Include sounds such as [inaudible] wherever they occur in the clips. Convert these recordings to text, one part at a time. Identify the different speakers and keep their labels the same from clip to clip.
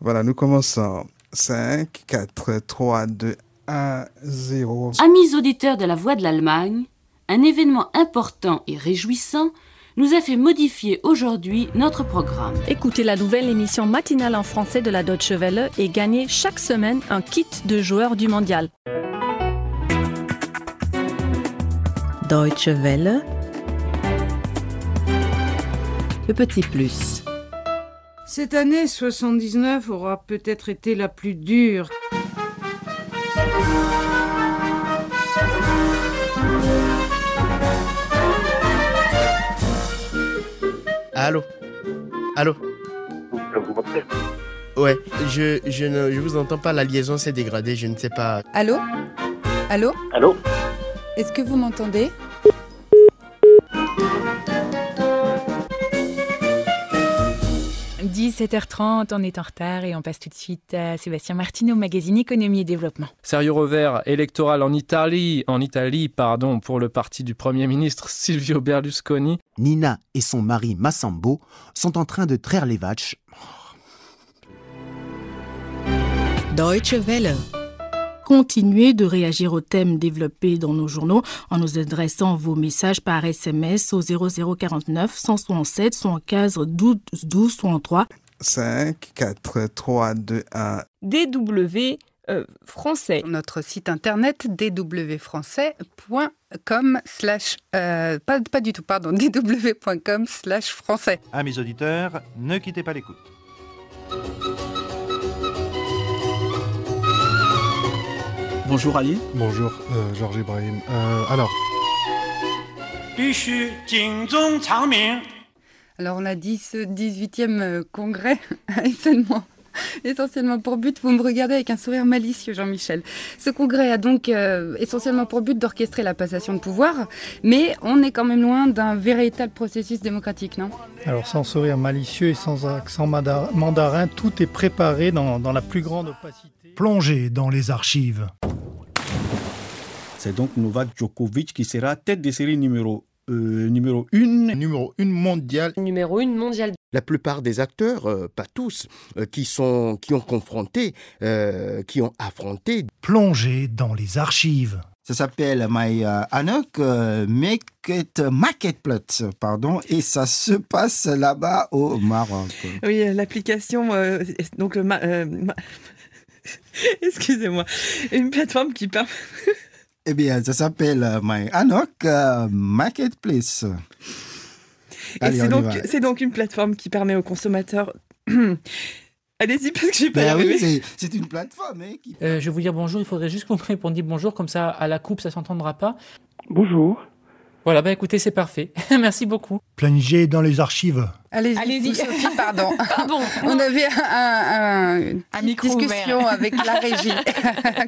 Speaker 1: Voilà, nous commençons. 5, 4, 3, 2, 1, 0.
Speaker 2: Amis auditeurs de la Voix de l'Allemagne, un événement important et réjouissant nous a fait modifier aujourd'hui notre programme.
Speaker 3: Écoutez la nouvelle émission matinale en français de la Deutsche Welle et gagnez chaque semaine un kit de joueurs du mondial.
Speaker 4: Deutsche Welle, le petit plus.
Speaker 5: Cette année 79 aura peut-être été la plus dure.
Speaker 6: Allô Allô Ouais, je, je ne je vous entends pas, la liaison s'est dégradée, je ne sais pas.
Speaker 7: Allô Allô
Speaker 8: Allô
Speaker 7: Est-ce que vous m'entendez
Speaker 9: Dis 7h30, on est en retard et on passe tout de suite à Sébastien Martineau, magazine Économie et Développement.
Speaker 10: Sérieux revers électoral en Italie, en Italie, pardon, pour le parti du Premier ministre [laughs] Silvio Berlusconi.
Speaker 11: Nina et son mari Massambo sont en train de traire les vaches.
Speaker 4: Deutsche Welle. Continuez de réagir aux thèmes développés dans nos journaux en nous adressant vos messages par SMS au 0049 167 75 12 12 63.
Speaker 1: 5, 4, 3, 2, 1.
Speaker 12: DW euh, français.
Speaker 13: Notre site internet dwfrançais.com slash... Euh, pas, pas du tout, pardon, [laughs] dw.com slash français.
Speaker 14: Amis Ah, auditeurs, ne quittez pas l'écoute.
Speaker 15: Bonjour Ali.
Speaker 16: Bonjour euh, Georges Ibrahim. Euh, alors.
Speaker 13: Alors on a dit ce 18e congrès [laughs] essentiellement. Essentiellement pour but, vous me regardez avec un sourire malicieux, Jean-Michel. Ce congrès a donc euh, essentiellement pour but d'orchestrer la passation de pouvoir, mais on est quand même loin d'un véritable processus démocratique, non
Speaker 17: Alors, sans sourire malicieux et sans accent mandarin, tout est préparé dans, dans la plus grande opacité.
Speaker 18: Plongé dans les archives.
Speaker 19: C'est donc Novak Djokovic qui sera tête des séries numéro, euh, numéro 1.
Speaker 20: Numéro 1 mondial.
Speaker 6: Numéro 1 mondial.
Speaker 5: La plupart des acteurs, euh, pas tous, euh, qui, sont, qui ont confronté, euh, qui ont affronté.
Speaker 18: Plongé dans les archives.
Speaker 1: Ça s'appelle euh, My Anok Market, Marketplace, pardon, et ça se passe là-bas au Maroc.
Speaker 9: Oui, euh, l'application, euh, donc le. Ma, euh, ma... [laughs] Excusez-moi, une plateforme qui permet.
Speaker 1: Eh bien, ça s'appelle euh, My Anok euh, Marketplace.
Speaker 9: Allez, c'est, donc, c'est donc, une plateforme qui permet aux consommateurs. Allez-y, parce que j'ai
Speaker 1: pas. Ben oui, c'est, c'est une plateforme. Hein, qui...
Speaker 7: euh, je vais vous dire bonjour, il faudrait juste qu'on me répondiez bonjour, comme ça à la coupe, ça s'entendra pas.
Speaker 2: Bonjour.
Speaker 7: Voilà, bah écoutez, c'est parfait. Merci beaucoup.
Speaker 18: Plongez dans les archives.
Speaker 13: Allez-y,
Speaker 9: [laughs]
Speaker 13: Allez-y. Sophie, pardon. pardon. On avait un, un, un une discussion ouvert. avec
Speaker 9: [laughs]
Speaker 13: la régie.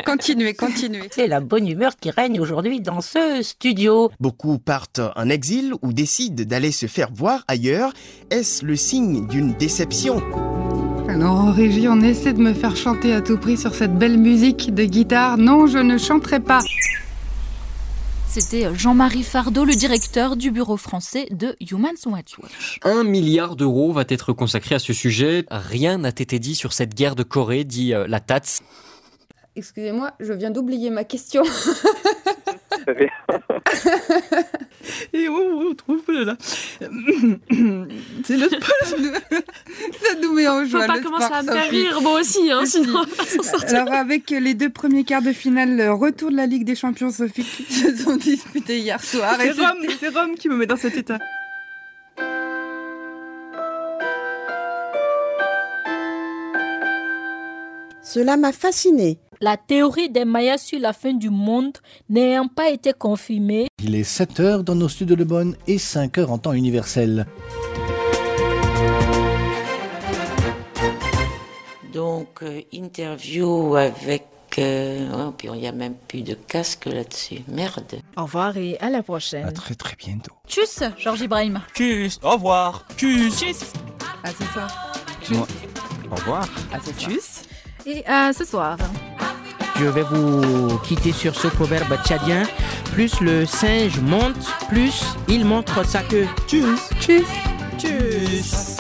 Speaker 13: continuez, continuez.
Speaker 21: C'est la bonne humeur qui règne aujourd'hui dans ce studio.
Speaker 6: Beaucoup partent en exil ou décident d'aller se faire voir ailleurs. Est-ce le signe d'une déception
Speaker 13: alors en régie, on essaie de me faire chanter à tout prix sur cette belle musique de guitare. Non, je ne chanterai pas.
Speaker 4: C'était Jean-Marie Fardeau, le directeur du bureau français de Human Rights Watch.
Speaker 22: Un milliard d'euros va être consacré à ce sujet. Rien n'a été dit sur cette guerre de Corée, dit euh, la TATS.
Speaker 13: Excusez-moi, je viens d'oublier ma [laughs] question.
Speaker 9: Et on retrouve [laughs] là. C'est le sport.
Speaker 13: Ça nous met en joie.
Speaker 9: Faut pas
Speaker 13: le
Speaker 9: commencer
Speaker 13: sport,
Speaker 9: à me faire rire, moi aussi, hein, sinon
Speaker 13: Alors avec les deux premiers quarts de finale, le retour de la Ligue des Champions, Sophie, qui se sont disputés hier soir.
Speaker 9: C'est Rome, c'est Rome qui me met dans cet état.
Speaker 23: Cela m'a fasciné.
Speaker 24: La théorie des Mayas sur la fin du monde n'ayant pas été confirmée.
Speaker 25: Il est 7 heures dans nos studios de Bonne et 5 heures en temps universel.
Speaker 26: Donc, euh, interview avec. Euh, oh, puis il n'y a même plus de casque là-dessus. Merde.
Speaker 4: Au revoir et à la prochaine.
Speaker 25: À très très bientôt.
Speaker 4: Tchuss, Georges Ibrahim.
Speaker 25: Tchuss, au revoir. Tchuss.
Speaker 13: Tchuss. À ce soir.
Speaker 25: Tchuss. Moi. Au revoir.
Speaker 13: À ce soir. Tchuss
Speaker 4: et à ce soir.
Speaker 27: Je vais vous quitter sur ce proverbe tchadien. Plus le singe monte, plus il montre sa queue.
Speaker 4: Tchuss. Tchuss. Tchuss.